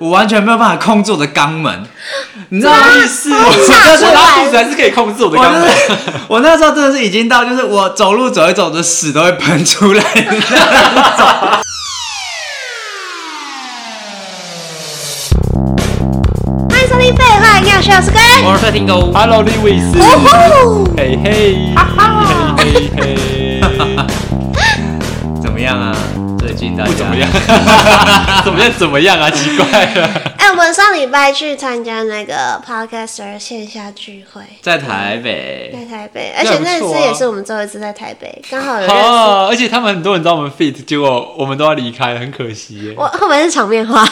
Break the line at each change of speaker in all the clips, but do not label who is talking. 我完全没有办法控制我的肛 门，你知道吗？
意思，我
那时候
我拉肚子还是可以控制我的
我
肛
就
门。
是我那时候真的是已经到，就是我走路走一走的屎都会喷出来的那种。
欢迎收听废话营养学，我是根。
我是听狗，Hello Lewis，
哦吼，
嘿嘿， 嘿嘿嘿，
怎么样啊？最近大家
不怎么样？，怎么样怎么样啊？奇怪 了，
哎、我们上礼拜去参加那个 podcaster 线下聚会，
在台北，
在台北，而且那
不
次
错啊
也是我们最后一次在台北，刚好有认识。
哦，而且他们很多人知道我们 fit，结果我们都要离开，很可惜耶
我。后面是场面话，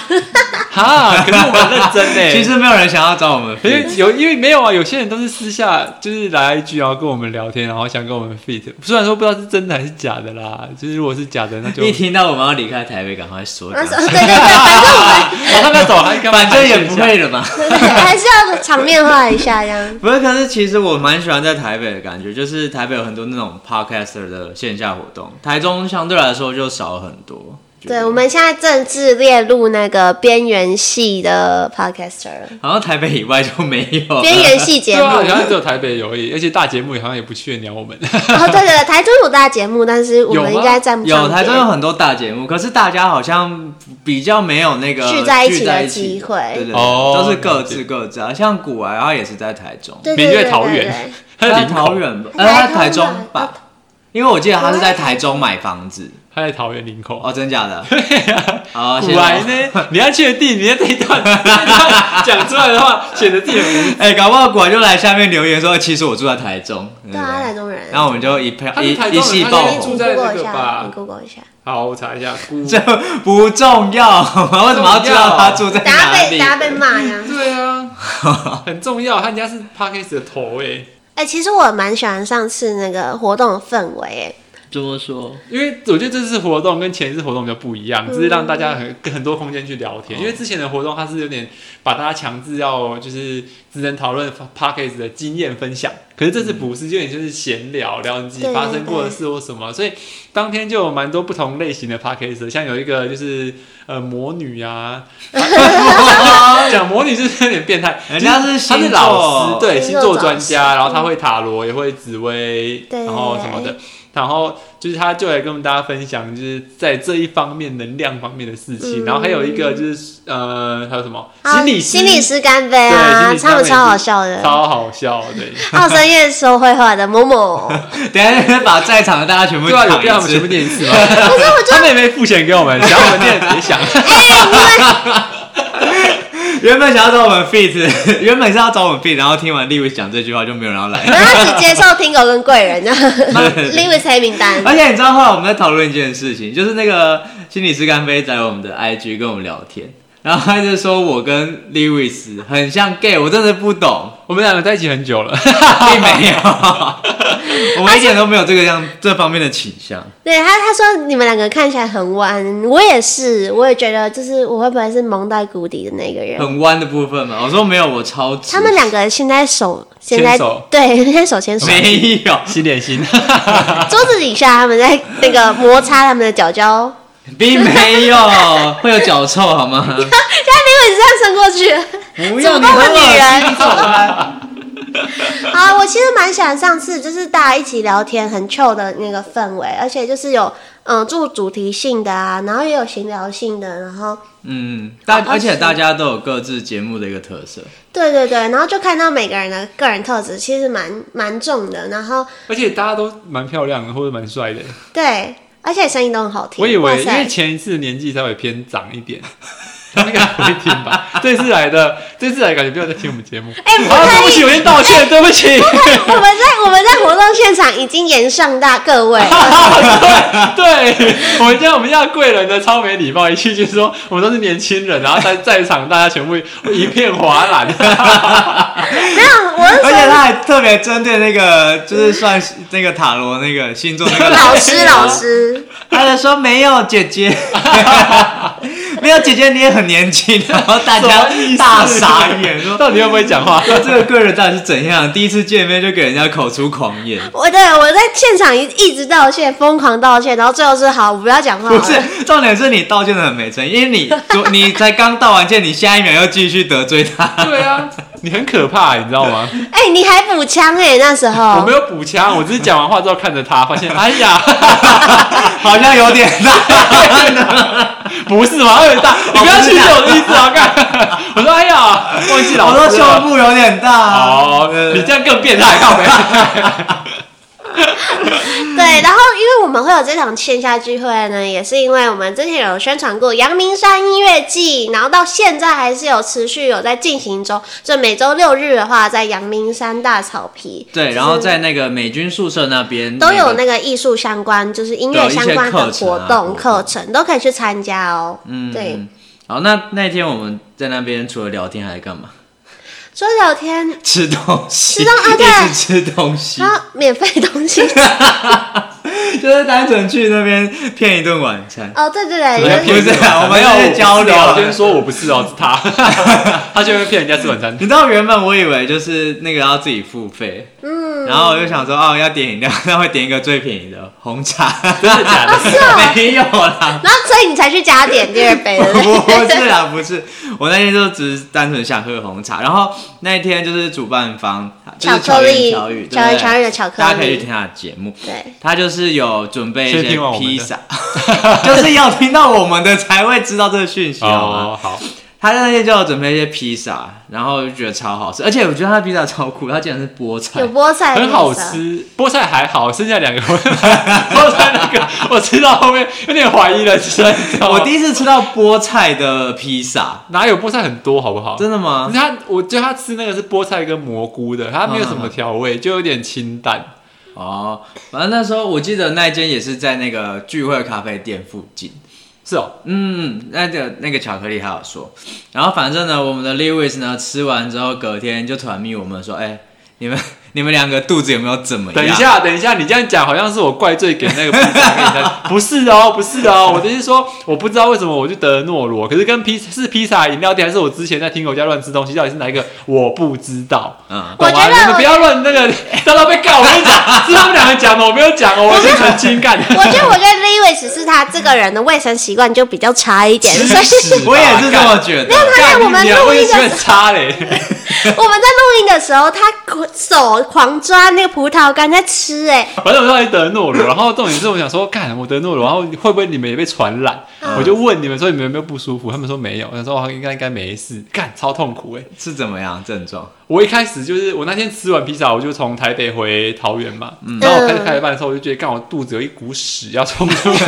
哈，可是我们很认真 呢。
其实没有人想要找我们
因为
fit，
有，因为没有啊，有些人都是私下就是来 IG，然后跟我们聊天，然后想跟我们 fit。虽然说不知道是真的还是假的啦，就是如果是假的，那就哦
一听到我们要离开台北，赶快说
我，说
赶
对对对，反正我们
马上要走了，还
快
干嘛
反正也
寒暄一
不
下
会了嘛。
对对对还是要场面话一下这样。
不是，可是其实我蛮喜欢在台北的感觉，就是台北有很多那种 podcaster 的线下活动，台中相对来说就少很多。觉
对，
得
我们现在正式列入那个边缘系的 podcaster，
好像台北以外就没有 了
边缘系节
对
目。
啊，好像只有台北有而已，而且大节目好像也不屑鸟我们。
哦，对对对，台中有大节目，但是我
有
们
吗
应该占不上
有台中
边
有很多大节目，可是大家好像比较没有那个
聚在一起的
聚在一起
机会
对对对，
哦
都是各自各自啊。像古玩，他也是在台中，
对
明
对对
月
对
桃
对
园
对
他在
在
林口
桃，园吧，呃，他在台中
台中吧
吧，因为我记得他是在台中买房子。
他在桃园林口。
哦，真假 的？好，谢
啊古
谢。
来
哦
呢？ 你要确定，你要这一段 这一段讲出来的话，显得自己很无。
哎，搞不好古玩就来下面留言说，其实我住在台中，对
对啊，
不
台
对？
中人。
然后我们就一票
他是
一
台中
一
人
系
他
爆
现在
哦你
住
红，
在那
Google 一
个
下，
吧
你 Google 一下。
好，我查一下。古
这不重要， 我为什么要知道他住在
等下
哪
被
里
等？下被骂呀！
对 啊，很重要。他人家是 Parkes 的头欸诶，
哎、其实我蛮喜欢上次那个活动的氛围，
怎么说？
因为我觉得这次活动跟前一次活动比较不一样，就是让大家很很多空间去聊天。因为之前的活动它是有点把大家强制要就是只能讨论 Parkes 的经验分享，可是这次不是，有点就是闲聊聊你自己
对
发生过的事或什么，所以当天就有蛮多不同类型的 Parkes，像有一个就是呃魔女啊，讲魔女就是有点变态，
人家是
他
星
是
座
老师，对
星
星
座
座专家，
老师
然后他会塔罗，也会紫薇，
对
然后什么的，然后就是他就来跟大家分享，就是在这一方面能量方面的事情，
嗯
然后还有一个就是呃，还有什么
啊
心理师
心理师干杯啊，
对心理
他们
师干杯
超好笑的。
超好笑， 对，
奥森夜说绘画的某 某，哎
等一下把在场的大家全部
对啊，有
躺
必要我
一
们全部
次。
念一次吗？ 他们也没付钱给我们，想要我们念别 想，
原本想要找我们 fit，原 本是要找我们 fit，然后听完 Lewis 讲这句话就没有人要来。
然后只接受听狗跟贵人，然后 Lewis 黑名单。
哎
而且你知道后来我们在讨论一件事情，就是那个心理师干杯在我们的 IG 跟我们聊天，然后他就说我跟 Lewis 很像 gay，我真的不懂，
我们两个在一起很久了，
并没有， 我们一点都没有这个样这方面的倾向。
对他，他说你们两个看起来很弯，我也是，我也觉得就是我会不会是蒙在鼓底的那个人？
很弯的部分嘛，我说没有，我超直
他们两个现在手现
牵
在
手
对，现在手牵手，
没 有，
洗脸哎心，
桌子底下他们在那个摩擦他们的脚脚，
并没有，会有脚臭好吗？
现在 Lewis 这样伸过去。
不
怎
要，
么
你
都
很
是女人
恶心走开。
啊，我其实蛮喜欢上次就是大家一起聊天很 chill 的那个氛围，而且就是有嗯做主题性的啊，然后也有闲聊性的，然后
嗯，大
好
而且
是
大家都有各自节目的一个特色，
对对对，然后就看到每个人的个人特质其实蛮蛮重的，然后
而且大家都蛮漂亮的，或者蛮帅的。
对，而且声音都很好听。
我以
哇
为因为
塞，
前一次年纪稍微偏长一点，他应该不会听吧？ 这次来的，这次来感觉不要再听我们节目。
哎、 不
啊，对
可
不起，
以。
我先道歉，对不 起。
哎我们 在我们在活动现场已经言上大各位，
对， 我们叫我们要贵人的超没礼貌，一句就是说我们都是年轻人，然后在在场大家全部一片哗然。
没有，我是
而且
说
他还特别针对那个，就是算是那个塔罗那个 星座那个
老师老师，
他就说没有姐姐，没有姐姐你也很年轻，然后大家
什么意思
大傻眼， 说
到底会不会 讲话？
这个贵人到底是怎样？第一次见面就给人家口出狂言，
我对我在现场一一直道歉，疯狂道歉，然后最后是好，我不要讲话好了。
不是重点是你道歉的很没诚意，因为你昨你才刚道完歉，你下一秒又继续得罪他。
对啊， 你很可怕，你知道 吗？
哎、你还补枪哎，那时候
我没有补枪，我只是讲完话之后看着他，发现哎呀，
好像有点大，
不是嘛，二大，
哦
你不要曲解我的意 思啊！看，我说哎呀，忘记
我
老
说
师了
胸。部有点大。
哦，你这样更 变态，靠北。
对，然后因为我们会有这场线下聚会呢，也是因为我们之前有宣传过阳明山音乐季，然后到现在还是有持续有在进行中。就每周六日的话，在阳明山大草皮，
对，然后在那个美军宿舍那边
都有
个
那个艺术相关，就是音
对
乐
一
相
些
关
课
的
程
活
啊活
动
动
课程都可以去参加哦。嗯，对，
嗯好，那那天我们在那边除了聊天还干嘛？
说聊天，
吃东西，
吃东啊对啊
一直吃东西
然，后免费东西
就是单纯去那边骗一顿晚餐。
哦，对对
哎
对，
不
就是是
不是啊，我们要
有
交流啊
我。先说我不是哦，是他， 他就会骗人家吃晚餐。
你知道原本我以为就是那个要自己付费，
嗯，
然后我就想说哦要点饮料， 那会点一个最便宜的红茶，
真的假的？
是哦，
没有啦，
然后所以你才去加点第二杯 的。对不
不
对
是啦，不是，我那天就只是单纯想喝红茶，然后那一天就是主办方就是
巧克力
巧语
巧
巧语
克力巧克力的巧克力
大家可以去听他的节目，
对，
他就是有准备一
先
些
听完我们的
披萨， 就是要听到我们的才会知道这个讯息好吗？
哦，好，
他那天就有准备一些披萨，然后就觉得超好吃，而且我觉得他的披萨超酷，他竟然是菠菜
有，菠菜，
很好。吃，菠菜还好，剩下两个 菠菜那个，我吃到后面有点怀疑人生。你知道吗
我第一次吃到菠菜的披萨，
哪有菠菜很多，好不好？
真的吗？
他，我觉得他吃那个是菠菜跟蘑菇的，他没有什么调味，就有点清淡。
哦，反正那时候我记得那间也是在那个聚会咖啡店附近。
是哦，
嗯，那个那个巧克力还有说，然后反正呢，我们的 Lewis 呢吃完之后，隔天就突然密我们说，哎、你们 你们两个肚子有没有怎么样？
等一，下，等一下，你这样讲好像是我怪罪给 那个披萨给你的，不是哦，不是哦，我的意思是说，我不知道为什么我就得了诺罗，可是跟披是披萨饮料店还是我之前在听狗家乱吃东西，到底是哪一个？我不知道。
嗯，
我
懂吗
觉得
你们
我
不要乱那个，到时候被告。我跟你 讲，是他们两个讲的，我没有讲哦，我是澄清 干。
我觉得，我觉得 Lewis 是他这个人的卫生习惯就比较差一点，所以
我也是这么觉得。
他在我们
干你啊
录
我
音
也
的
觉得差嘞，
我们在录音的时候，他手狂抓那个葡萄干在吃、哎，
反正我到底得了诺罗，然后重点是我想说，干我得诺罗，然后会不会你们也被传染？
嗯
我就问你们说你们有没有不舒服，他们说没有，我想说哦应该应该没事，干超痛苦哎、
是怎么样症状？
我一开始就是我那天吃完披萨，我就从台北回桃园嘛，然后我开始开一半的时候，我就觉得干我肚子有一股屎要冲出来，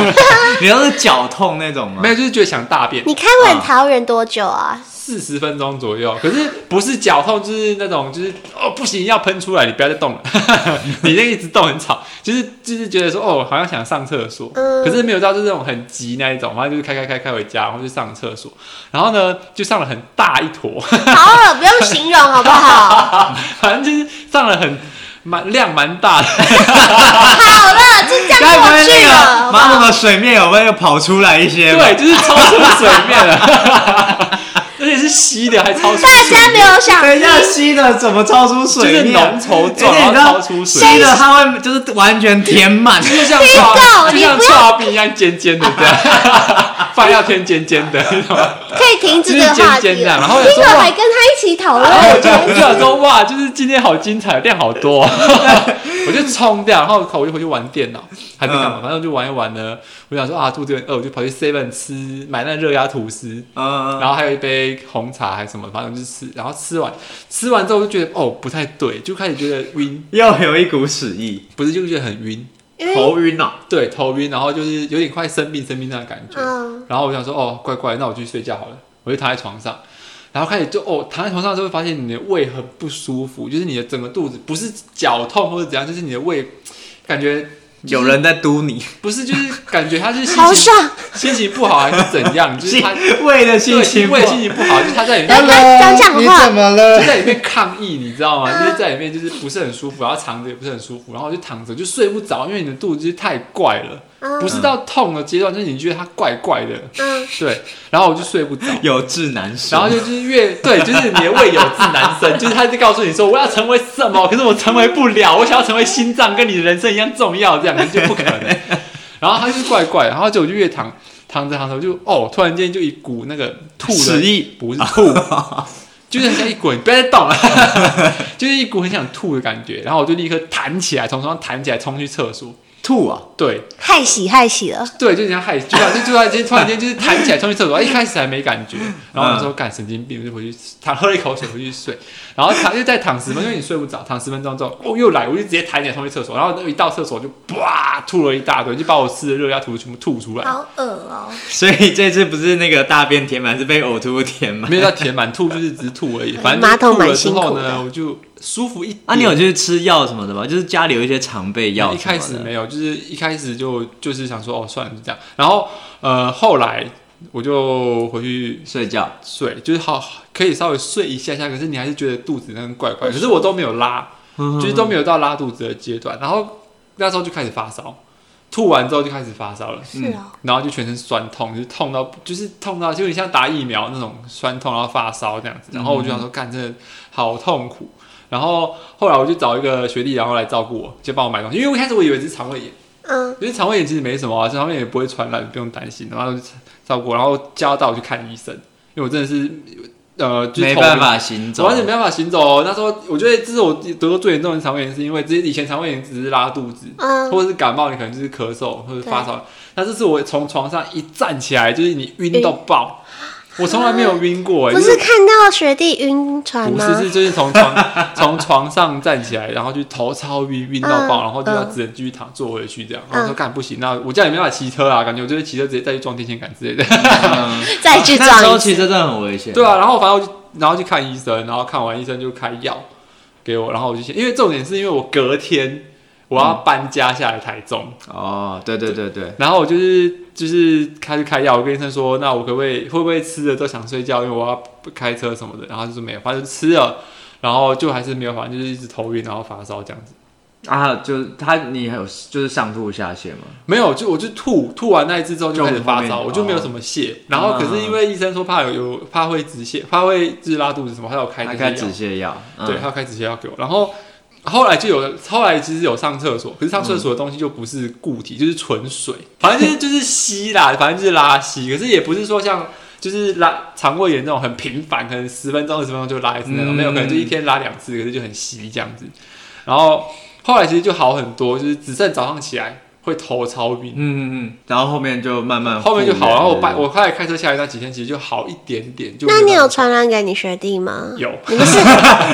你都是绞痛那种吗？
没有就是觉得想大便，
你开完桃园多久啊？
四十分钟左右，可是不是绞痛，就是那种就是哦不行要喷出来，你不要再动了， 你那个一直动很吵，就是就是觉得说哦好像想上厕所，
嗯
可是没有到就是那种很急那一种，反正就是开开开开回家，然后就上厕所，然后呢就上了很大一坨，
好了，不用形容好不好？
反正就是上了很蛮量蛮大的，
好了，就这样
该不
过
会
去
那
了，好
个
不
马桶
好
的水面有没有跑出来一些？，
对，就是超出水面了， 而且是稀的还超出水
大家没
面，
有想
等一
听，
下吸的怎么超出
就是
水面？哎
浓稠状，
而且你知
然后
道
超出水面。
吸的它会就是完全填满。
就像
狗
刨，就
你
像
不要
刨冰一样尖尖的，这样饭要添尖尖的，你知道吗
可以停止这个话
就
题
是尖尖的
了。
然后有时候
Tingo 还跟他一起讨论，
然后我就哎我就想说，哇，就是今天好精彩，量好 多，我就冲掉，然后我就回去玩电脑，还是干嘛？反正就玩一玩呢。我想说啊，肚子有点饿，我就跑去 Seven 吃买那热压吐司，
嗯，
然后还有一杯红茶还是什么，反正就是吃。然后吃完吃完之后，我就觉得哦不太对，就开始觉得晕，
又有一股屎意，
不是就觉得很晕，
因为
头晕哦。
对，头晕，然后就是有点快生病生病那种感觉。
嗯，
然后我想说，哦，乖乖，那我去睡觉好了，我就躺在床上，然后开始就哦，躺在床上之后发现你的胃很不舒服，就是你的整个肚子不是绞痛或者怎样，就是你的胃感觉
有人在嘟你，
不是，就是感觉他是心
好
情
爽。
心情不好还是怎样，就是他
胃的 心
对
情不
胃
好
心情不好，就是他在里面
对。讲讲话
你怎么了
就？在里面抗议，你知道吗？就是在里面就是不是很舒服，然后躺着也不是很舒服，然后就躺着就睡不着，因为你的肚子就是太怪了。
嗯
不是到痛的阶段，就是你觉得它怪怪的，
嗯，
对，然后我就睡不着。
有志难伸，
然后就就是越对，就是你的胃有志难 伸， 就是他就告诉你说我要成为什么，可是我成为不了，我想要成为心脏，跟你的人生一样重要，这样可是就不可能。 然后他就是怪怪，然后就我就越躺躺着躺着，我就哦，突然间就一股那个吐
屎
的，
意
不是吐，就是很像一滚，不要再动了， 就是一股很想吐的感觉。然后我就立刻弹起来，从床上弹起来，冲去厕所。
吐啊，
对，
害喜害喜了，
对，就人家害，就突然就突然间突然间就是弹起来冲去厕所，一开始还没感觉，
嗯
然后我说干神经病，我就回去躺喝了一口水回去睡，然后躺又再躺十分钟，因为你睡不着，躺十分钟之后哦又来，我就直接弹起来冲去厕所，然后一到厕所就哇吐了一大堆，就把我吃的热压吐全部吐出来，
好恶哦、
所以这次不是那个大便填满，是被呕吐物填满
没有要填满吐就是只是吐而已，反
马
正
桶
就吐了
蛮
之
辛苦
后呢
的
我就舒服一点。
啊？你有去吃药什么的吗？就是家里有一些常备药，
一开始没有，就是一开始就就是想说哦算了就这样，然后呃后来我就回去
睡觉，
睡，就是好可以稍微睡一下下，可是你还是觉得肚子那样怪怪，可是我都没有拉，就是都没有到拉肚子的阶段。然后那时候就开始发烧，吐完之后就开始发烧了，
嗯
是哦、
然后就全身酸痛，就是痛到就是痛到就有点像打疫苗那种酸痛，然后发烧这样子。然后我就想说，干真的好痛苦。然后后来我就找一个学弟，然后来照顾我，就帮我买东西，因为我一开始我以为只是肠胃炎。
嗯，
因为肠胃炎其实没什么啊，肠胃炎也不会传染，不用担心。然后就照顾，然后叫他带我去看医生，因为我真的是呃，就是
没
头
办，法行走，
完全没办法行走、哦。那时候我觉得这是我得过最严重的肠胃炎，是因为之前以前肠胃炎只是拉肚子，
嗯
或者是感冒，你可能就是咳嗽或者发烧。那这次我从床上一站起来，就是你晕到爆，我从来没有晕过、哎，
不
就是
看到学弟晕船
不
吗？
是，是就是从床 从床上站起来，然后就头超晕晕到爆，
嗯
然后就要
嗯
只能继续躺坐回去这样。然后说干不行，那我这样也没办法骑车啊，感觉我就是骑车直接再去撞电线杆之类的。
嗯
法，
再去
那时
撞
候
一
其实
次，
真的很危险，
对啊，然后反正我就然后去看医生，然后看完医生就开药给我，然后我就先，因为重点是因为我隔天我要搬家下来台中，
嗯
哦，对对对对，
然后我就是就是开始开药，我跟医生说，那我可不可以会不会吃了都想睡觉，因为我要开车什么的，然后他就说没有，反正就吃了，然后就还是没有，反正就是一直头晕，然后发烧这样子。
啊，就是他，你还有就是上吐下泻吗？
没有，就我就吐，吐完那一次之后就开始发
就后
烧，
面哦
我就没有什么泻。然后可是因为医生说怕有有怕会止泻，怕会治拉肚子什么，他有开
他
那
开
些
止
药，
泻药，嗯
对，他有开止泻药给我。然后后来就有，后来其实有上厕所，可是上厕所的东西就不是固体，就是纯水，反正就是就是稀啦，反正就是拉稀，可是也不是说像。就是拉肠胃炎那种很频繁，可能十分钟、二十分钟就拉一次那种，
嗯
没有可能就一天拉两次，可是就很稀这样子。然后后来其实就好很多，就是只剩早上起来会头超
嗯
晕，
嗯嗯，然后后面就慢慢
后面就好，
复原
然后我
了
拜我后来开车下来那几天，其实就好一点点。就
那你有
有
传染给你学弟吗？
有，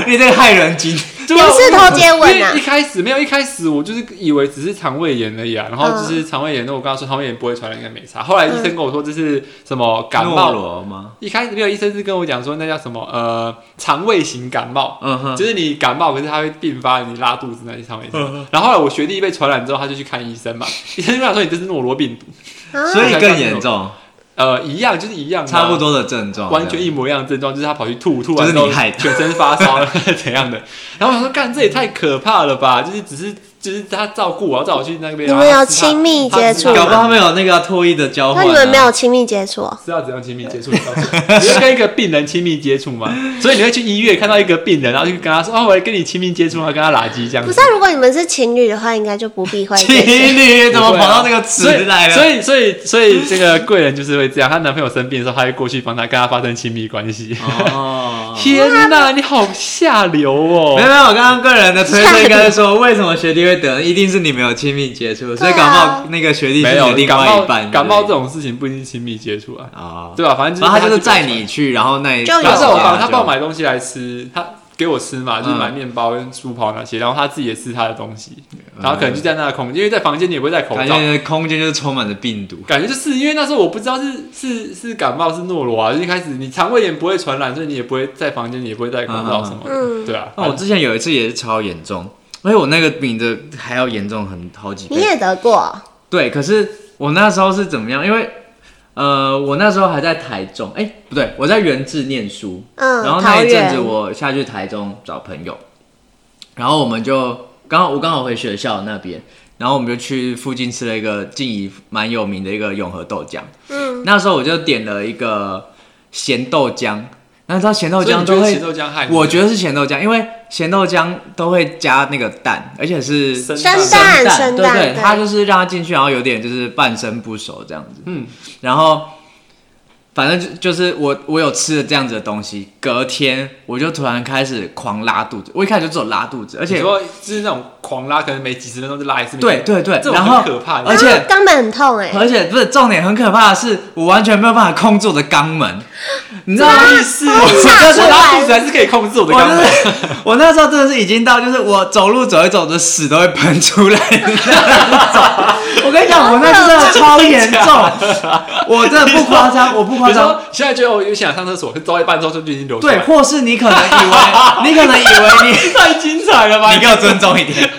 你这个害人精，
对啊
你是头接吻啊
因为一开始没有，一开始我就是以为只是肠胃炎而已
嗯
啊，然后就是肠胃炎，那我跟他说肠胃炎不会传染，应该没差。后来医生跟我说这是什么感
诺
冒，
罗吗？
一开始没有，医生是跟我讲说那叫什么呃肠胃型感冒，
嗯哼，
就是你感冒，可是它会并发你拉肚子那些肠胃
嗯
炎。然后后来我学弟被传染之后，他就去看医生嘛，医生就跟他说你这是诺罗病毒，
啊，
所以更严重，
呃，一样就是一样的啊，
差不多的症状，
完全一模一样的症状，就是他跑去吐，吐
就
完
是
之
你
后
害的
全身 发烧怎样的。然后我想说，干这也太可怕了吧！就是只是就是他照顾我，要带我去那边，
你们
然后
有
他吃他
亲密
他吃
接
这样
触
他
搞不好他们有那个唾液的啊交
那
换，
你们没有亲密接触哦、
知道怎样亲密接触？你知道吗你会跟一个病人亲密接 触吗？所以你会去医院看到一个病人，然后去跟他说：“哦，我跟你亲密接触，然后跟他拉鸡这样
不
子。
是、啊，如果你们是情侣的话，应该就不必会
情
接触。
侣
不会
怎
啊”
么跑到这个词来了？
所以，所以，所以，所以这个贵人就是会这样。她男朋友生病的时候，她会过去帮她跟她发生亲密关系。
哦，
天哪，你好下流哦！
没有没有，我刚刚个人的推测应该是说，为什么学弟会得，一定是你没有亲密接触，所以
对啊
感冒那个学弟是
没
你
有
的另
感
外
冒
一半，
感冒这
对
种事情不一定是亲密接触啊，
不对啊，
对吧？反正就
然后
是
他就是载你，去，然后那一
就有
他在我
对
房，他帮我
买，
买东西来吃，他给我吃嘛，就是
嗯
买面包跟猪跑那些，然后他自己也吃他的东西，然后可能就在那个空间，因为在房间你也不会戴口
感
罩。
觉空间就是充满了病毒。
感觉就是因为那时候我不知道是是是感冒是诺罗啊，就一开始你肠胃炎不会传染，所以你也不会在房间，你也不会戴口罩什么的，
嗯嗯嗯
对啊。
那我之前有一次也是超严重，
嗯
而且我那个比你的还要严重很好几倍
你。也得过，
对，可是我那时候是怎么样？因为呃，我那时候还在台中，哎、不对，我在原治念书，
嗯，
然后
桃
那一阵
园
子我下去台中找朋友，然后我们就刚好我刚好回学校那边，然后我们就去附近吃了一个静怡蛮有名的一个永和豆浆。
嗯，
那时候我就点了一个咸豆浆，那你知道咸豆
所以
浆
你觉
都
得
会
咸豆浆害
嗯
你，
我觉得是咸豆浆，因为咸豆浆都会加那个蛋，而且是
生啊
生
蛋
蛋
蛋，
生
对
蛋
对，
对
它就是让它进去，然后有点就是半生不熟这样子。
嗯，
然后反正就就是我我有吃了这样子的东西，隔天我就突然开始狂拉肚子，我一开始就只有拉肚子，而
而且
且
说就是那种狂拉，可能每几十分钟就拉一次。
对，对对
这，种
然后
很可怕。
而且
啊肛门很痛哎、
而且不是重点，很可怕的是我完全没有办法控制我的肛门，你知道吗？
意思，我
吓
真
出来
的拉肚子还是可以控制我的
我
肛
就
门。
是我那时候真的是已经到，就是我走路走一走的屎都会喷出来的那种。我跟你讲，我那次真的超严重，我真的不夸张，我不
比
夸
如
张
说。，现在觉得我有想上厕所，可是走到一半之后就已经流出
对，
来。
或是你可能以为，你可能以为你，
太精彩了吧！
你给我尊重一点。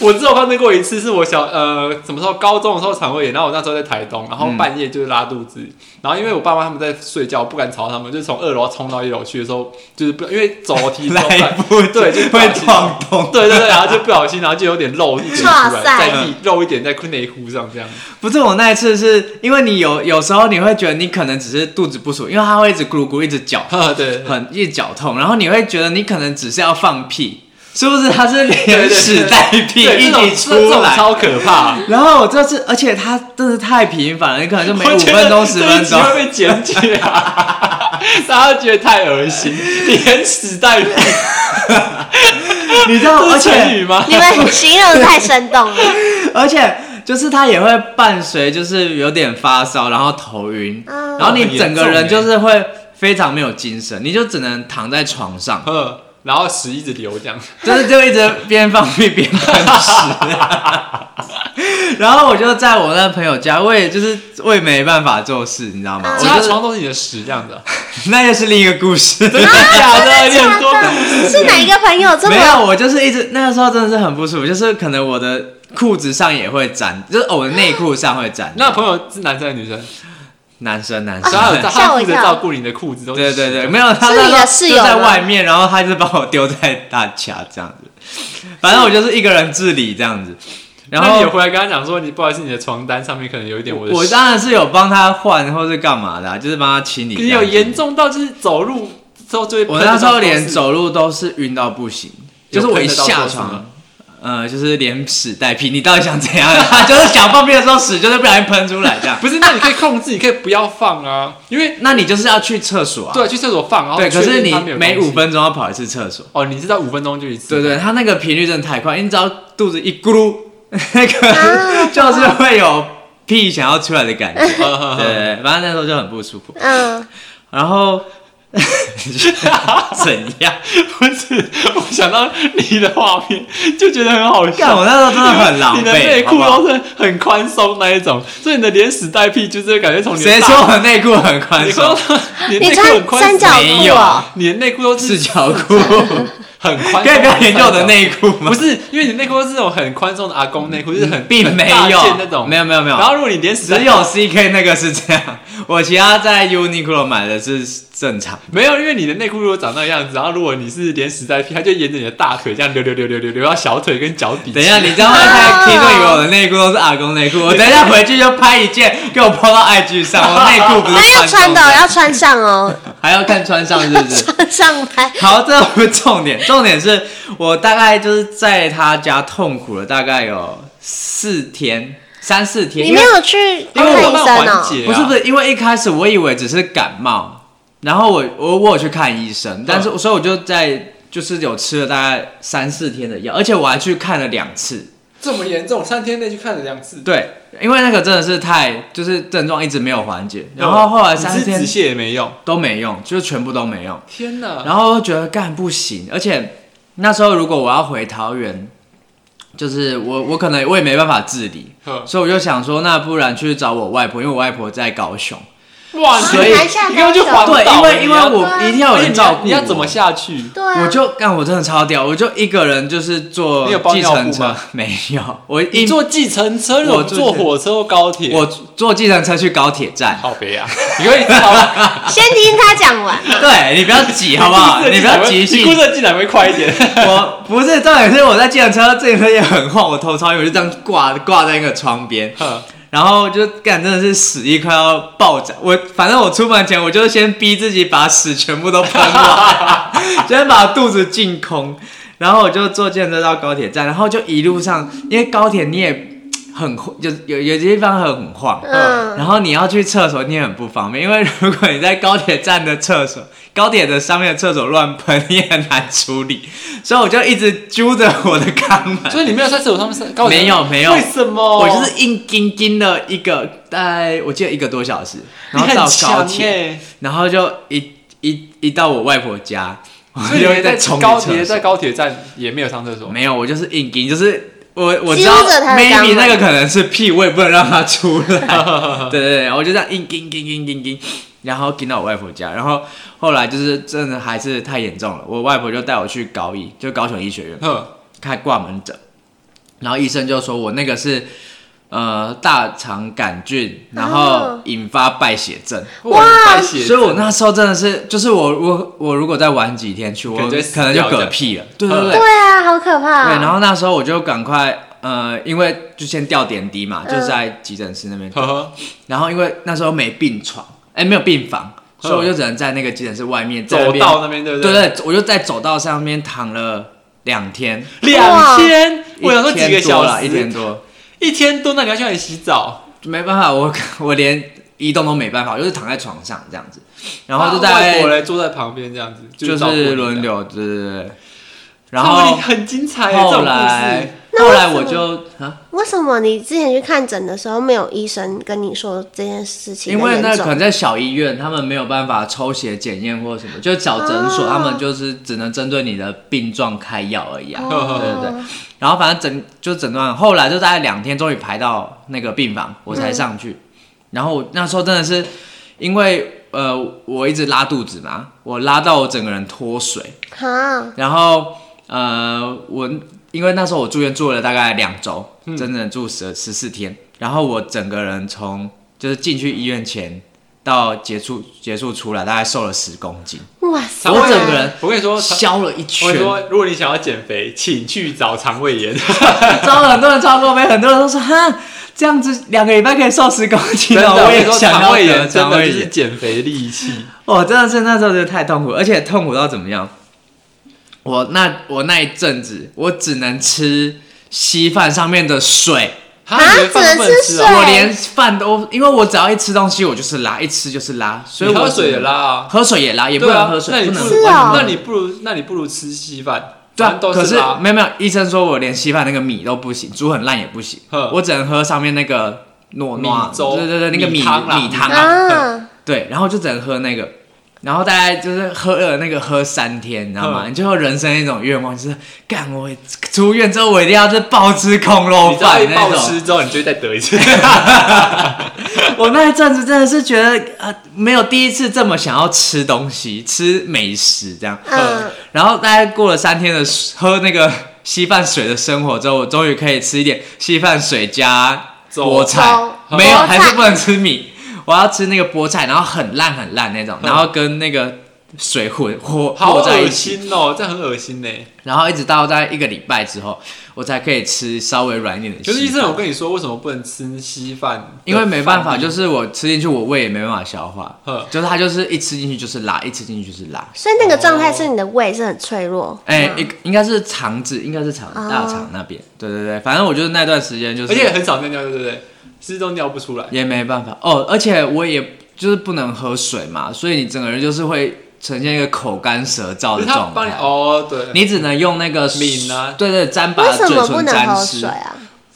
我只有发生过一次，是我小呃什么时候高中的时候肠胃炎，然后我那时候在台东，然后半夜就是拉肚子，然后因为我爸妈他们在睡觉，我不敢吵他们，就是从二楼冲到一楼去的时候，就是不因为走楼梯走
来
来，
不
对就
会撞洞。
对对对，然后就不小心，然后就有点漏一点出
哇
来，
塞
在地漏一点在内裤上这样，
不是我那一次是因为你有有时候你会觉得你可能只是肚子不舒服，因为它会一直咕噜咕噜一直搅，
呵 对。
很一直绞痛，然后你会觉得你可能只是要放屁，是不是？它是连
对对
屎带屁
对
一
这种
起
这
出
种
来。
超可怕，
然后我这次，而且它真的太频繁了，你可能就每
我
五
觉得
分钟、十
这一
分
集
钟。
会被剪辑啊， 大家觉得太恶心，连屎带屁，
你知道，
这
哦而
是成
且
语吗？
你们形容得太生动了，
而且就是它也会伴随，就是有点发烧，然后头晕，
嗯
然后你整个
很
人
严重欸
就是会非常没有精神，你就只能躺在床上，
嗯，然后屎一直流这样，
就是就一直边放屁边喷屎。 然后我就在我那朋友家，我也就是我也没办法做事，你知道吗？
嗯
我
所以他
就是
床都是你的屎这样的，
那又是另一个故事。
真的假的？你很多
啊真的是哪一个朋友这
没
么？
有，我就是一直那个时候真的是很不舒服，就是可能我的裤子上也会沾，就是我的内裤上会沾。
那朋友是男生还是女生？
啊男生男
所以他有
生，
他负责照顾你的裤子都
对
是
对对，
屎，
没有他
啊是你的
那时
室
候
友啊
就在
吗
外面，然后他就把我丢在大家这样子，反正我就是一个人治理这样子。然
那
后
你有回来跟他讲说，你不好意思，你的床单上面可能有一点我的
我
屎。
当然是有帮他换或是干嘛的啊、就是帮他清理。
你有严？重到就是走路之后就会喷
我
得到
那
都
时
是，
候连走路都是晕到不行，
有
就是我一
喷得到
下
都是吗
床，呃，就是连屎带屁。你到底想怎样？ 他就是想放屁的时候屎就是不小心喷出来这样。
不是，那你可以控制，你可以不要放啊，因为
那你就是要去厕所啊？
对，去厕所放，然后
对，可是
确定
你
它没有
每
东西
五分钟要跑一次厕所。
哦，你知道五分钟就一次，
对对，，他那个频率真的太快，你只要肚子一咕噜， 那个
啊
就是会有屁想要出来的感觉。 对
呵呵
对，对反正那时候就很不舒服。
嗯，
然后 怎样？
不是，我想到你的画面就觉得很好
干，
笑。
我那时候真的很狼狈，
你的内
好
裤
不好
都是很宽松那一种，所以你的连屎带屁就是感觉从你的
谁
大
说我内裤很宽
你
松
说？你的
你
内裤很
穿
宽
三角
松，
没
裤
有啊
哦，
你的内裤都
四
是
角 裤，
很宽松的三角，
可以不要研究我的内裤吗
不？是，因为你的内裤是那种很宽松的阿公内裤，就是很
并没
很大件
有
那，种，
没有没有没有
然。后如果你连屎带
只有 CK 那个是这样，我其他在 Uniqlo 买的是正常。
没有，因为你的内裤如果长那个样子，然后如果你是连屎带屁，它就沿着你的大腿这样流流流流流流到小腿跟脚底。
等一下，你这样会太听众以为我的内裤都是阿公内 裤。我等一下回去就拍一件给我抛到 IG 上，我内裤不是
那要
宽
穿
松
的哦要穿上哦，
还要看穿上是不是？
穿上拍。
好，这不是重点，重点是我大概就是在他家痛苦了大概有四天、三四天，
你
因
没
为
有去
因
看
为我
医生
慢慢
哦
缓、解、啊，
不是不是，因为一开始我以为只是感冒，然后我我我有去看医生，但
嗯
是、所以我就在就是有吃了大概三四天的药，而且我还去看了两次，
这么严重，三天内去看了两次。
对，因为那个真的是太就是症状一直没有缓解，然后后来三
嗯你
四
吃
天
止泻也没用，
都没用，就是全部都没用。
天哪！
然后我就觉得干不行，而且那时候如果我要回桃园，就是我我可能我也没办法自理，
呵
所以我就想说，那不然去找我外婆，因为我外婆在高雄。
哇，
所以
南下
你根本就
高手
环岛
对，因为因为
对
我
啊
一定要有
而且
人
欸你
照
要
顾
你要
我
怎么下去？
对啊，
我就干，我真的超屌，我就一个人就是坐
你有包
计
尿布
程车
吗，
没有，我一
你坐计程车，
我
我坐火车或高铁，
我坐计程车去高铁 站。
好悲 啊！你可以好，
啊
先听他讲完。
对你不要挤好不好？你不要急
你
性
哭，着进来会快一点。
我不是重点是我在计程车，计程车也很晃，我头超晕，我就这样挂挂在那个窗边，
哼
然后就干真的是屎意快要爆炸。我反正我出门前我就先逼自己把屎全部都喷完， 先把肚子净空，然后我就坐电车到高铁站，然后就一路上，因为高铁你也很就是有有些地方很晃，
嗯，
然后你要去厕所，你也很不方便，因为如果你在高铁站的厕所、高铁的上面的厕所乱喷，你也很难处理。所以我就一直揪着我的肛门，
所以你没有在厕所上面上高铁
没有没有
为什么？
我就是硬盯盯了一个，大概我记得一个多小时，
你
然后
很
到
强
高铁，
欸
然后就一一一到我外婆家，我
所以
就
你
会
在
冲
高
去
铁
厕所
在高铁站也没有上厕所，
没有，我就是硬盯，就是我我知
揪
道
着他的肛门
maybe 那个可能是屁，我也不能让它出来。 对对对，我就这样硬盯盯盯盯盯，然后盯到我外婆家，然后后来就是真的还是太严重了，我外婆就带我去高医，就高雄医学院
哼，
开挂门诊，然后医生就说我那个是。呃，大肠杆菌，然后
哦
引发败血症，
哇
哇，所
所以我那时候真的是，就是我我我如果再晚几天去，我
感觉死
可能就
掉这
嗝
样
屁了。对
嗯
对对
对，啊，好可怕。
对，然后那时候我就赶快，呃，因为就先吊点滴嘛，
嗯
就是在急诊室那边。
呵呵，
然后因为那时候没病床，哎、没有病房，所以我就只能在那个急诊室外面在那
嗯走
边
到那边对不
对对，我就在走道上面躺了两天，
两天，我想说
一天
几个
多
小
了
时，
一天多，
一天多，那你要去哪里洗澡？
没办法，我我连移动都没办法，我就是躺在床上这样子，然后就
啊外
在
国人坐在旁边这样子，
就是
照顾你
是
的
轮。流，对对对对，然
哇
后
你很精彩欸，这
后
种故
来
事。
那
后
为
来
什
我
么
就啊。
为什么你之前去看诊的时候没有医生跟你说这件事情
因
的
为
严重？
那可能在小医院，他们没有办法抽血检验或什么，就小诊所，
哦
啊
他们就是只能针对你的病状开药而已啊。
哦
对对对。然后反正诊就诊断，后来就大概两天，终于排到那个病房，我才上去。然后我那时候真的是因为呃，我一直拉肚子嘛，我拉到我整个人脱水，
哈，
然后呃，我因为那时候我住院住了大概两周，
嗯
整整住十十四天，然后我整个人从就是进去医院前到结束结束出来，大概瘦了十公斤，
哇塞！
肠胃
我整个人
我跟你说，肠
消了一
我
圈
跟你。说，如果你想要减肥，请去找肠胃 炎，
招了很多人超过杯，很多人都说哈，这样子两个礼拜可以瘦十公斤
真的，
了，
我
也
跟你说
想
肠
要
胃
得
炎真
肠
的
胃
就是
炎。
减肥利器，
我哦真的是那时候真的太痛苦，而且痛苦到怎么样？我那我那一阵子，我只能吃稀饭上面的水。
啊
啊
你的饭
只能
都不能
吃
吃啊
水
我连饭都，因为我只要一吃东西，我就是拉，一吃就是拉，所以
你
我
喝水也，拉啊，
喝水也拉，也不
对
能
啊，
喝水，
那你
不
不
能
如
喝水是哦
那你不如那你不如吃稀饭，
对
反
啊
正，都
可是
拉，
没有没有，医生说我连稀饭那个米都不行，煮很烂也不行，
呵
我只能喝上面那个糯
米
糯
粥
对对对，那个
米
米
汤啦
米汤啊，
啊，
对，然后就只能喝那个，然后大概就是喝了那个喝三天，你知道吗？
嗯
你最后人生一种愿望就是，干我出院之后我一定要是暴吃空肉
你只要
饭
一
那
暴
种，
吃之后，你就会再得一次。
我那一阵子真的是觉得，呃，没有第一次这么想要吃东西，吃美食这样。
嗯，
然后大概过了三天的喝那个稀饭水的生活之后，我终于可以吃一点稀饭水加菠菜
粥，
没有
菠菜
还是不能吃米，我要吃那个菠菜，然后很烂很烂那种，然后跟那个水混和
嗯好
和在
恶
一起，
心哦，这样很恶心呢。
然后一直到大概一个礼拜之后，我才可以吃稍微软一点的稀
可
饭。
是医生，我跟你说，为什么不能吃稀饭？
因为没办法，就是是我吃进去，我胃也没办法消化
呵，
就是它就是一吃进去就是辣，一吃进去就是辣。
所以那个状态
哦
是你的胃是很脆弱。
哎、
嗯
应应该是肠子，应该是肠
哦
大肠那
啊
边。对对对，反正我就是那段时间就是，
而且很少尿尿，对不对？是都尿不出来。
也没办法哦，而且我也就是不能喝水嘛，所以你整个人就是会呈现一个口干舌燥
可
的
是他
状
帮你
态。
哦，对，
啊你只能用那个
抿啊
对对，沾把
为什
嘴
么不
唇
能
沾
喝
湿
水，啊？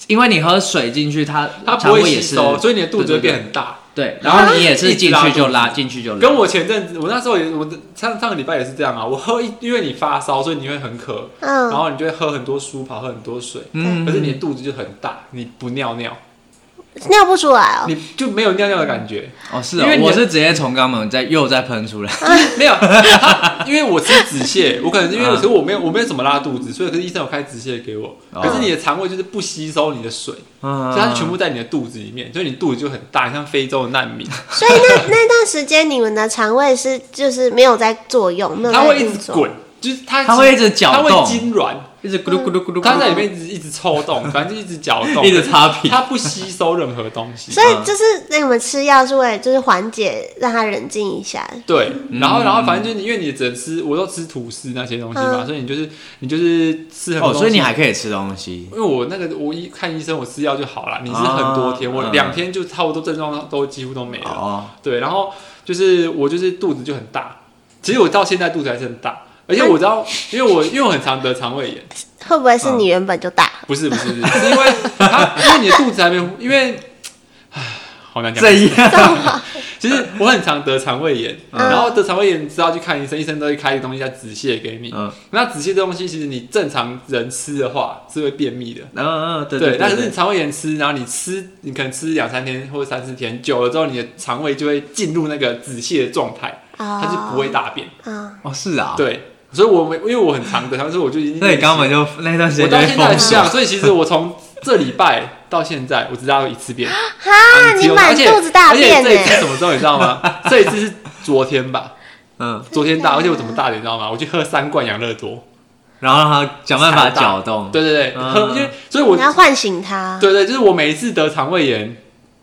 因为你喝水进去，它
它不
肠
会
胃也
吸
是，
收，所以你的肚子
对对
会变很大。
对，然后你也
啊
是进去就拉，进去就拉。
跟我前阵子，我那时候也，我上上个礼拜也是这样啊。我喝一，因为你发烧，所以你会很渴，然
嗯，
后你就会喝很多舒跑，喝很多水。
嗯，
可是你的肚子就很大，你不尿尿，
尿不出来哦。
你就没有尿尿的感觉。
哦，是
因为
哦，
你
我是直接从肛门再又再喷出来。
没有，他因为我吃止泻，我可能是因为
嗯
可是我没有我没有怎么拉肚子，所以可是医生有开止泻给我。
哦
可是你的肠胃就是不吸收你的水，
嗯
所以它全部在你的肚子里面，所以你肚子就很大，像非洲的难民，
所以那 那段时间你们的肠胃是就是没有在作用，没有
它
在
会
运
一直
作。
滚，就是它
它会一直搅
它
动
会痉挛，
一直咕噜咕噜咕噜咕噜，
它在里面一直一直 抽动，反正就一直搅动，
一直擦屁
它不吸收任何东西。
所以就是那你们吃药是为了就是缓解，让他冷静一下。
对，
嗯
然后然后反正就是你因为你只能吃，我都吃吐司那些东西嘛，
嗯
所以你就是你就是吃很多
哦，
东西，
所以你还可以吃东西
因为我那个我一看医生，我吃药就好了。你是很多天，
啊
我
嗯
两天就差不多症状都几乎都没了。
哦，
对，然后就是我就是肚子就很大，其实我到现在肚子还是很大，而且我知道，因为我因为我很常得肠胃炎，
会不会是
嗯
你原本就大？
不是不是， 不是是因为它因为你的肚子还没有，因为唉好难讲。
这样
其实我很常得肠胃炎，
嗯
然后得肠胃炎知道去看医生，医生都会开一个东西叫止泻给你。
嗯
那止泻这东西，其实你正常人吃的话是会便秘的。
嗯嗯，对
对
对，
但是你肠胃炎吃，然后你吃，你可能吃两三天或者三四天，久了之后，你的肠胃就会进入那个止泻的状态，
啊
它就不会大便。
啊。
哦是啊，，
对，所以我没，因为我很常的，所以我就已经
那你肛门就那段时间就
我到
会
现在还
封
是这
锁
样，，所以其实我从这礼拜到现在，我只拉了一次便，
啊，
只
你
有
满
而且
肚子大便
而且这一次
呢？
什么时候你知道吗？ 这一次是昨天吧，
嗯，
昨天大，而且我怎么大的你知道吗？我去喝三罐养乐多，
然后让它想办法
才大
搅动，
对对对，
嗯
喝，因为所以我
你要唤醒他。
对对，就是我每一次得肠胃炎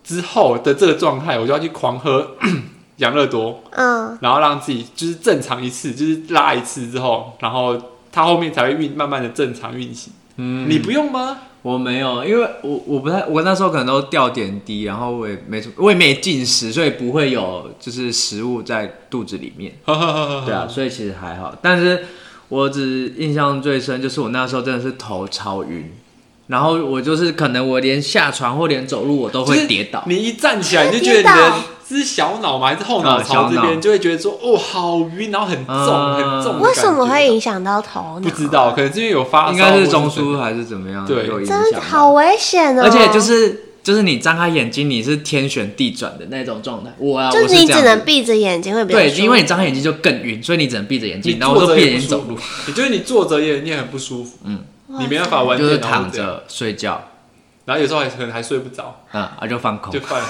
之后的这个状态，我就要去狂喝 养乐多，
嗯，
然后让自己就是正常一次，就是拉一次之后，然后它后面才会运慢慢的正常运行。
嗯，
你不 用吗？
我没有，因为我我不太，我那时候可能都掉点滴，然后我也没什么，我也没进食，所以不会有就是食物在肚子里面。对
对
啊，，所以其实还好。但是我只印象最深就是我那时候真的是头超晕，然后我就是可能我连下床或连走路我都会跌倒。
你一站起来你就觉得
跌
你
倒
的是小脑吗？还是后脑
啊
勺这
小
边
脑
就会觉得说哦好晕，然后很重
啊
很重。
为什么会？影响到头
不
呢？
知道，可能是因为有发烧，
应该是中
或
枢
者
还是怎么样？
对
有影响
真的
吧
好危险哦！
而且就是就是你张开眼睛，你是天旋地转的那种状态。我啊，
就
我
是
是
你
这
只
样
能
子
闭着眼睛会比较
对，
舒服
因为你张开眼睛就更晕，所以你只能闭着眼
是
睛，然后我
坐
就
着
闭着
也
眼
不
睛
舒
走
服
路，，嗯
你觉得你坐着也你也很不舒服，
哇
你没办法玩，
就是
电脑或
躺
这样
着睡觉，
然后有时候还可能还睡不着，
嗯，啊就放空
就。犯了。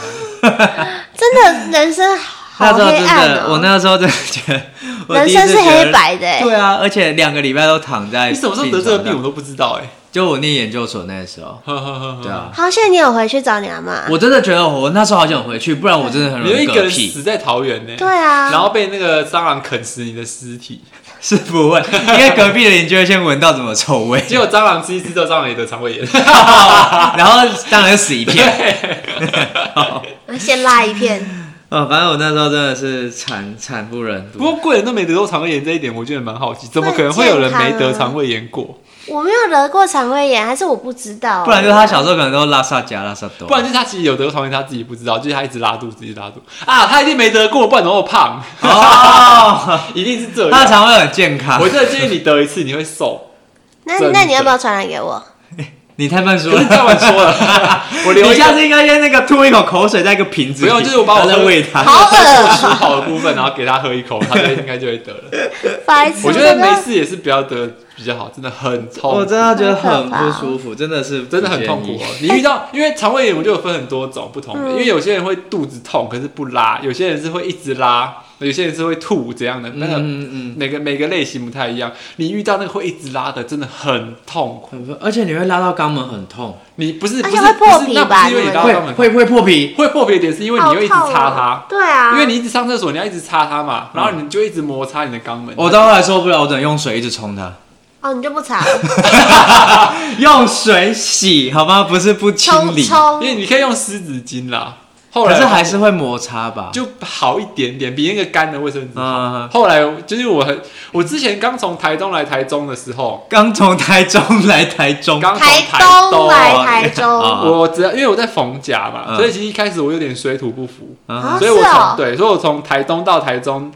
真的人生
那
好
时候
黑
真
暗
的，我
哦，
那时候真的觉得，我
人
第一
生
次
是
觉得
黑白的欸。
对啊，而且两个礼拜都躺在。
你什么时候得这个病？嗯我？都不知道哎。
就我念研究所那时候。
呵呵呵呵
对，啊，
好险你有回去找你阿妈。
我真的觉得我那时候好想回去，不然我真的很
你
容
就
易
一个
嗝
人
屁。
死在桃园呢，
对啊，
然后被那个蟑螂啃食你的尸体，
是不会，因为隔壁的邻居会先闻到什么臭 味，
结果蟑螂吃一吃之后，蟑螂也得肠胃炎。
然后当然就死一片。
先拉一片。
哦，反正我那时候真的是惨惨不忍睹。
不过贵人都没得过肠胃炎这一点，我觉得蛮好奇，怎么可能会有人没得肠胃炎过？
我没有得过肠胃炎，还是我不知道。
不然就是他小时候可能都拉萨加拉萨多，
不然就是他其实有得过肠胃炎，他自己不知道，就是他一直拉肚子，一直拉肚子啊，他一定没得过，不然怎么那么胖？
哦，
一定是这
他 的
样。
肠胃很健康
我。真的建议你得一次，你会瘦。
那
真的
那你要不要传染给我？
你太 笨熟
可
了
是，这完说 了，我留
你
一下
下次应该先那个吐一口口水在一个瓶子里，
不用就是我把我
然后再
喝
喂他。
好恶，
煮好的部分，然后给他喝一口，他就应该就会 得了。
白痴！
我觉得
真的
没事也是不要得比较好，真的很
我
痛，
真的觉得很不舒服，真的是
真的很痛苦哦。你遇到因为肠胃炎，我就有分很多种不同
嗯
的，因为有些人会肚子痛，可是不拉；有些人是会一直拉，有些人是会吐这样的。那个
嗯
每个每个类型不太一样，你遇到那个会一直拉的，真的很痛苦。
嗯，而且你会拉到肛门很痛，
你不是
而
不
且
是
会破
不是
皮
那不
吧
是因为你
你
拉
们
到
会
肛门
会不会破皮？
会破皮的点，是因为你会一直
好痛哦
擦它。
对啊，
因为你一直上厕所，你要一直擦它嘛，然后你就一直摩擦你的肛门。
嗯我到后来受不了，我只能用水一直冲它，
哦，你就不查，
用水洗好吗？不是不清
冲
理，
因
冲
为你可以用湿纸巾啦。后
可
来
是
我
还是会摩擦吧？
就好一点点，比那个干的卫生纸。
啊，
后来就是我很，我之前刚从台东来台中的时候，
刚从台中来台中，
刚从
台
台
东来
啊
台中
啊
我只要因为我在逢甲嘛，
嗯
所以其实一开始我有点水土不服，
啊
啊，
所以我
是
从、
哦
对，所以我从台东到台中，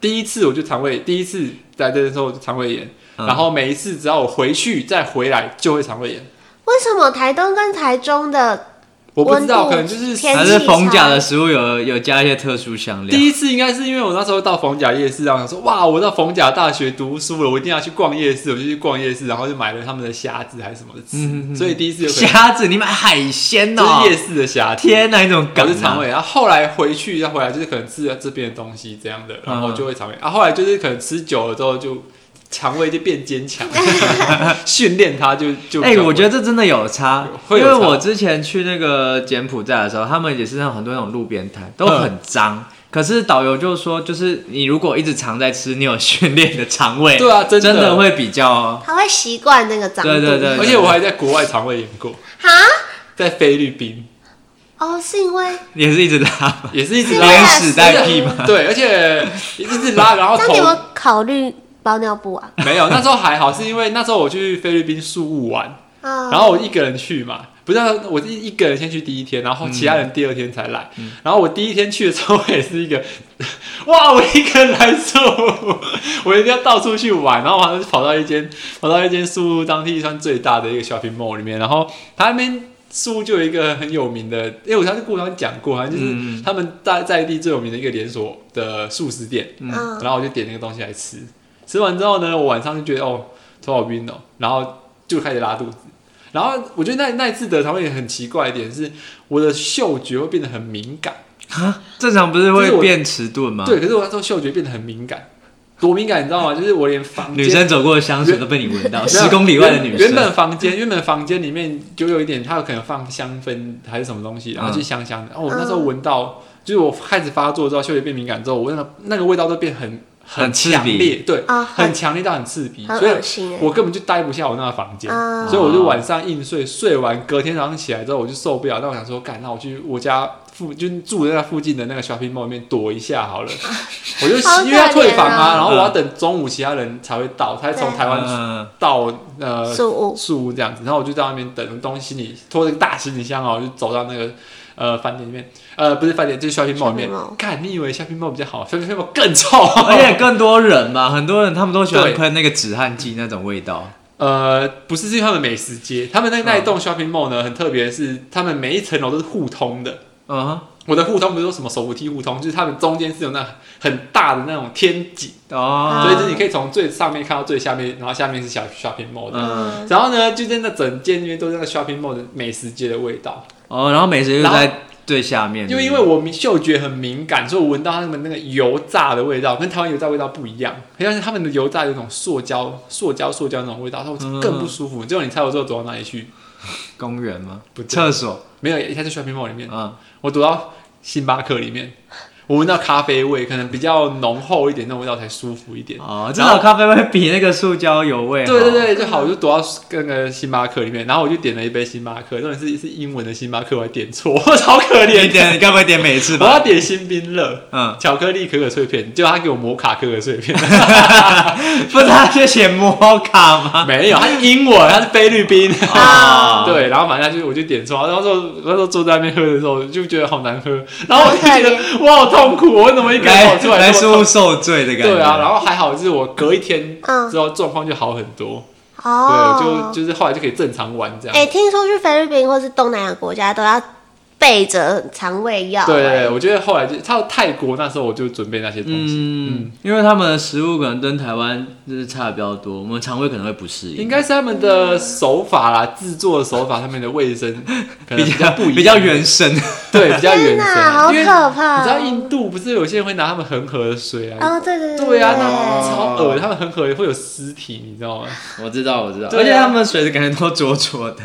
第一次我就肠胃，第一次来这的时候我就肠胃炎，
嗯
然后每一次只要我回去再回来就会肠胃炎。
为什么台东跟台中的
我不知道，
温度
可能就是
天
还
气
是逢甲的食物有有加一些特殊香料
第？一次应该是因为我那时候到逢甲夜市，然后想说哇，我到逢甲大学读书了，我一定要去逛夜市，我就去逛夜市，然后就买了他们的虾子还是什么的吃，
嗯嗯嗯
所以第一次有可能
虾子，你买海鲜哦
就！是夜市的虾子。
天哪，你怎么搞
搞
的
是？肠胃，啊然后后来回去再回来，就是可能吃了这边的东西这样的，
嗯
然后就会肠胃。啊，后来就是可能吃久了之后就，肠胃就变 坚强，训练它就就。
哎、我觉得这真的有差，
会有
因为
差
我之前去那个柬埔寨的时候，他们也是那种很多那种路边摊都
嗯
很脏，可是导游就说，就是你如果一直常在吃，你有训练的肠胃，
对啊真的
真的会比较
他会习惯那个脏度。
对对对
而且我还在国外肠胃炎过，
哈，
在菲律宾
哦，是因为
也是一直拉嘛，
也是一直
对啊
连
拉，
屎带屁嘛。
对，而且一直拉，然后
这样你有没
头
有考虑包尿布啊？
没有，那时候还好，是因为那时候我去菲律宾宿务玩，
啊，
然后我一个人去嘛，不是啊我是一个人先去第一天，然后其他人第二天才来。然后我第一天去的时候，我也是一个，哇，我一个人来住，我一定要到处去玩。然后我好像是跑到一间跑到一间宿务当地算最大的一个 shopping mall 里面，然后他那边。宿务就有一个很有名的，因为我上次故乡讲过，好像就是
嗯
他们在在地最有名的一个连锁的素食店，
嗯，
然后我就点那个东西来吃，吃完之后呢，我晚上就觉得哦头好晕哦，然后就开始拉肚子。然后我觉得那那一次得肠胃炎很奇怪一点是，我的嗅觉会变得很敏感。
正常不是
就是
会
我
变迟钝吗？
对，可是我那时候嗅觉变得很敏感，多敏感你知道吗？就是我连房间
女 生走过的香水都被你闻到，
没有
十公里外的女
原原
生。
本房间原本房间里面就有一点，它有可能放香氛还是什么东
嗯
西，然后就香香的。然哦后我那时候
嗯
闻到，就是我开始发作之后，嗅觉变敏感之后，我那个那个味道都变很
很刺鼻
强烈，对，
啊很
很强烈到很刺鼻，
很
所以
恶心哎。
我根本就待不下我那个房间，
啊
所以我就晚上硬睡，睡完隔天早上起来之后我就受不了，那我想说，干，那我去我家附就是住在那附近的那个 shopping mall 里面躲一下好 了，我就
好可怜哦
因为要退房啊，然后我要等中午其他人才会到，才
啊
从台湾
嗯，
到呃
欸素物
树屋这样子，然后我就在那边等东西，你拖着个大行李箱哦，我就走到那个呃饭店里面，呃不是饭店，就是 shopping mall 里面
shopping mall，
干，你以为 shopping mall 比较好，shopping mall 更臭，
而且更多人嘛，很多人他们都喜
对
欢喷那个止汗剂那种味道。
呃，不是，是因为他们美食街，他们那那一
嗯
栋 shopping mall 呢，很特别，是他们每一层楼都是互通的。
嗯哼，
我的互通不是说什么手扶梯互通，就是他们中间是有那很大的那种天井，
哦，
所以就是你可以从最上面看到最下面，然后下面是小 shopping mall 的。
嗯，
然后呢，就在那整间里面都是那个 shopping mall 的美食街的味道，
哦，然后美食就
然后
在最下面，
因为
对
因
不
为
对
我嗅觉很敏感，所以我闻到他们那个油炸的味道跟台湾油炸味道不一样，很像是他们的油炸有一种塑胶、塑胶、塑胶那种味道，它会更不舒服。结果你猜我最后走到哪里去？
公园吗
不？对
厕所，
没有，它在 shopping mall 里面，
嗯，
我躲到星巴克里面，我闻到咖啡味，可能比较浓厚一点，那种味道才舒服一点。
哦，至
然后
少咖啡会比那个塑胶油味哦好。
对对对，就好，我就躲到那个星巴克里面，然后我就点了一杯星巴克，重点是是英文的星巴克，我还点错， 超可
你
怜
点，
的。
你该不会点美式
我
吧？
要点新冰乐，
嗯，
巧克力可可碎片，结果他给我摩卡可可碎片，
不是他就写摩卡吗？
没有，他是英文，他是菲律宾。
啊，
对，然后反正他就我就点错，然后说那时候坐在那边喝的时候就觉得好难喝，然后我就 觉得哇好痛苦，我怎么一个人
来
跑出来
哎来
这么
事
痛苦
务受罪的感觉。
对啊，然后还好，就是我隔一天
嗯
之后状况就好很多，
哦
对，就，就是后来就可以正常玩这样。
哎，听说去菲律宾或是东南亚国家都要备着肠胃药，
对对对，
哎
我觉得后来就到泰国那时候我就准备那些东西，
嗯，因为他们的食物可能跟台湾就是差的比较多，我们肠胃可能会不适
应
应，
该是他们的手法啦，制作的手法上面的卫 生可能
比
较
较
不一样，
比较原生。
对，比较
天
原
哪，
生，
好
因为
可怕哦！
你知道印度不是有些人会拿他们恒河的水啊。
哦，对对对
对啊，那
对
超恶的，他们恒河也会有尸体，你知道吗？
我知道，我知道，
对啊
而且他们水的感觉都浊浊的。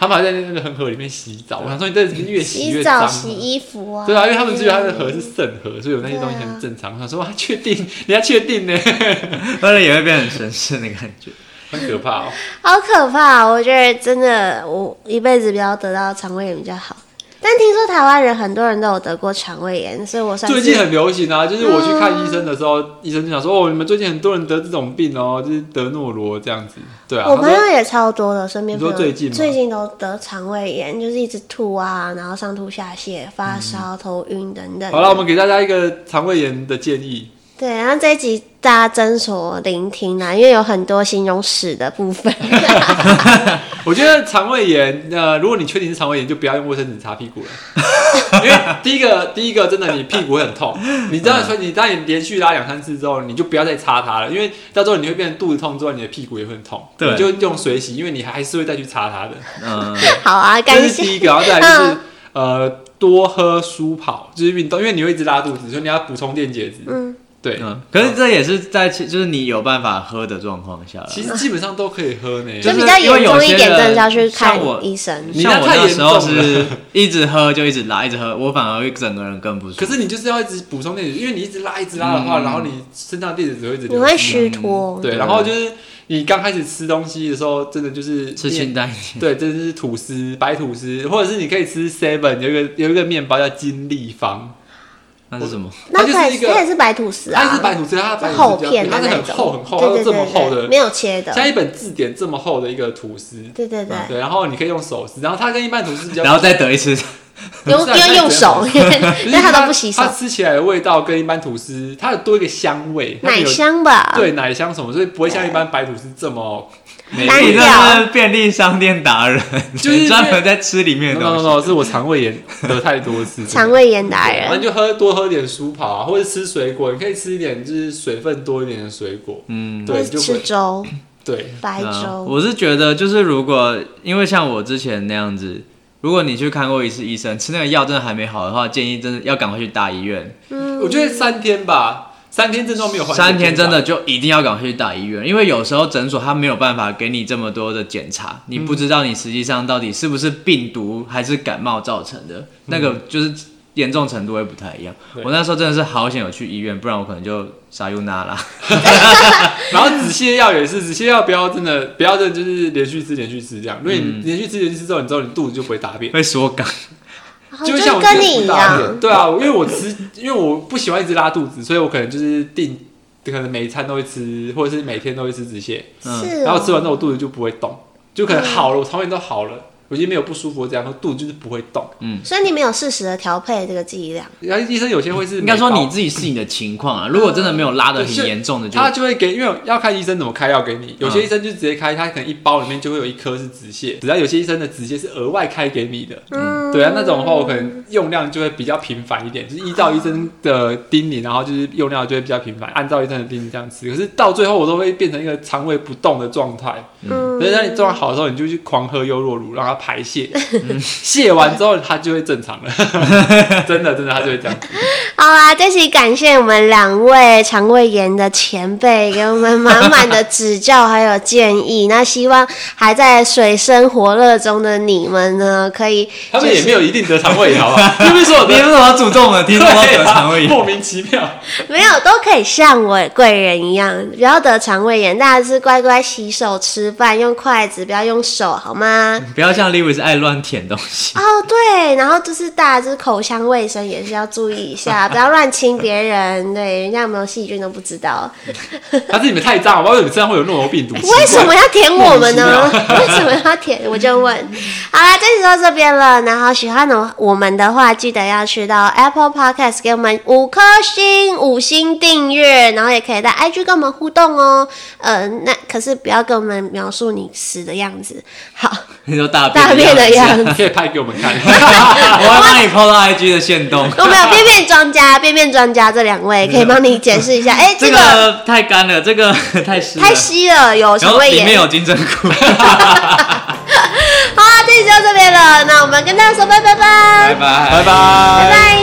他们还在那个恒河里面洗澡。我想说，你这越洗
洗
越
澡、
脏。
洗衣服啊，
对啊，因为他们觉得他的河是圣河，所以有那些东西很正常。我想说，哇，确定？你要确定呢？
喝了也会变得很神圣的感觉。
很可怕哦。
好可怕！我觉得真的，我一辈子不要得到肠胃炎比较好。但听说台湾人很多人都有得过肠胃炎，所以我算
最
是
近很流行啊，就是我去看医生的时候，医生就想说，哦，你们最近很多人得这种病哦，就是得诺罗这样子。对啊，
我
他
朋
说
友也超多的，身边
你说
朋友
最近吗
最近都得肠胃炎，就是一直吐啊，然后上吐下泻、发烧、头晕等等。
好了，我们给大家一个肠胃炎的建议，
对，然后这一集大家斟酌聆听啊啦，因为有很多形容屎的部分。
我觉得肠胃炎，呃，如果你确定是肠胃炎，就不要用卫生纸擦屁股了， 因为第一个，第一个真的你屁股会很痛，你知道，所以你当你连续拉两三次之后，你就不要再擦它了，因为到时候你会变成肚子痛之外，你的屁股也会很痛，
对
你就用水洗，因为你还是会再去擦它的，
嗯，
好啊，
这
感
是
谢。
第一个，然后再来就是、
嗯
呃，多喝舒跑，就是运动，因为你会一直拉肚子，所以你要补充电解质，
嗯，
对，
嗯，可是这也是在其就是你有办法喝的状况下啦，
其实基本上都可以喝呢，
就
就是比较
因为
严
有
重
些
一点，
人
真的要去看
像我
医生。
你
像
那
我
太
那
严
时候
重了
是一直喝就一直拉，一直喝，我反而会整个人更不舒服。
可是你就是要一直补充电解质，因为你一直拉一直拉的话，
嗯
然后你身上的电解质会一直
你
流
会
失
虚脱，
嗯对，然后就是你刚开始吃东西的时候，真的就是
吃
面
清淡一点，
对，这是吐司，白吐司，或者是你可以吃 Seven 有一个有一个面包叫金立方，
那是什么？
那
它就是
它
一
也
个
它也是白吐司啊，
它是白吐司，它的白
是
吐
厚
司比较
片的
它是
那
很
种，
厚很厚，它
对对
是这么
对
厚
对，
的
没，有切的，
像一本字典这么厚的一个吐司。
对对对，
对，然后你可以用手撕，然后它跟一般吐司比较，
然后再得 一次，
用
不是啊
要用手，因 为
就是
因为它都不洗手
它，吃起来的味道跟一般吐司，它有多一个香味，它
奶
有
香吧？
对奶香什么，所以不会像一般白吐司这么美
单
你
味
这
调。
是便利商店达人，
就是因 为
专门在吃里面
No
的
no
东
no，
西。
no，是我肠胃炎得太多 次。
肠胃炎达
然后
人
啊你就喝多喝点舒跑啊，或者吃水果，你可以吃一点就是水分多一点的水果。
嗯，
或
对，
是
就
吃
会
粥、
对，
白
嗯
粥，
我是觉得就是如果因为像我之前那样子，如果你去看过一次医生，吃那个药真的还没好的话，建议真的要赶快去大医院。
嗯，
我觉得三天吧，三天症状没有缓解，
三天真的就一定要赶快去大医院，因为有时候诊所它没有办法给你这么多的检查，你不知道你实际上到底是不是病毒还是感冒造成的，那个就是严重程度会不太一样。
嗯对
我那时候真的是好险有去医院，不然我可能就撒又那啦。
然后止泻药也是，止泻药不要真的不要真的就是连续吃连续吃这样，因为你连续吃连续吃之后，你知道你肚子就不会大便。
会缩肛。
然后
就
哦就
会像我
跟
之前
你一
不大便
样，
对啊，因为我吃，因为我不喜欢一直拉肚子，所以我可能就是定，可能每一餐都会吃，或者是每天都会吃止泻。
嗯，
是哦，
然后吃完之后我肚子就不会动，就可能好了，我肠胃都好了，我已经没有不舒服，我这样，我肚子就是不会动。
所以你没有适时的调配这个剂量，
然后医生有些会是
应该说
每包
你自己适应的情况啊，如果真的没有拉的很严重的就，
他就会给，因为要看医生怎么开药给你。有些
嗯
医生就直接开，他可能一包里面就会有一颗是止泻，只要有些医生的止泻是额外开给你的。
嗯，
对啊，那种的话我可能用量就会比较频繁一点，就是依照医生的叮咛，然后就是用量就会比较频繁，按照医生的叮咛这样吃。可是到最后我都会变成一个肠胃不动的状态，
嗯，
所以当你状态好的时候，你就去狂喝优酪乳，让它排 泄，泄完之后它就会正常了。 真的，真的，它就会这样。
好啦，这期感谢我们两位肠胃炎的前辈给我们满满的指教还有建议。那希望还在水深火热中的你们呢，可以
他们也没有一定得肠胃炎，好 不好？又不是说我
你
得
为什么要诅咒我们的听众都
对
得
啊
肠胃炎？
莫名其妙。
没有都可以像我贵人一样，不要得肠胃炎，大家是乖乖洗手吃饭，用筷子不要用手，好吗？
嗯
不要像 Lewis 爱乱舔东西。
哦，对，然后就是大家就是口腔卫生也是要注意一下，不要乱亲别人，对，人家有没有细菌都不知道。
还是你们太脏，我不知道你们身上会有那种病毒。
为什么要舔我们呢
莫？
为什么要舔？我就问。 好啦，这集到这边了。然后喜欢我我们的话，记得要去到 Apple Podcast 给我们五颗星、五星订阅，然后也可以在 IG 跟我们互动哦。呃，那可是不要跟我们描述你死的样子，好，
你说大便
大便的
样
样子。
你可以拍给我们看。
子，我会帮你 PO 到 IG 的线动。
我们有便便专家、便便专家这两位可以帮你解释一下。哎、
这
这个
个太干了，这个 太湿了，
太稀了，有
然
肠
后
胃
里
炎
面。有金针菇。
好啦，这集就到这边了。那我们跟大家说拜拜，
拜
拜
拜，
拜拜
拜。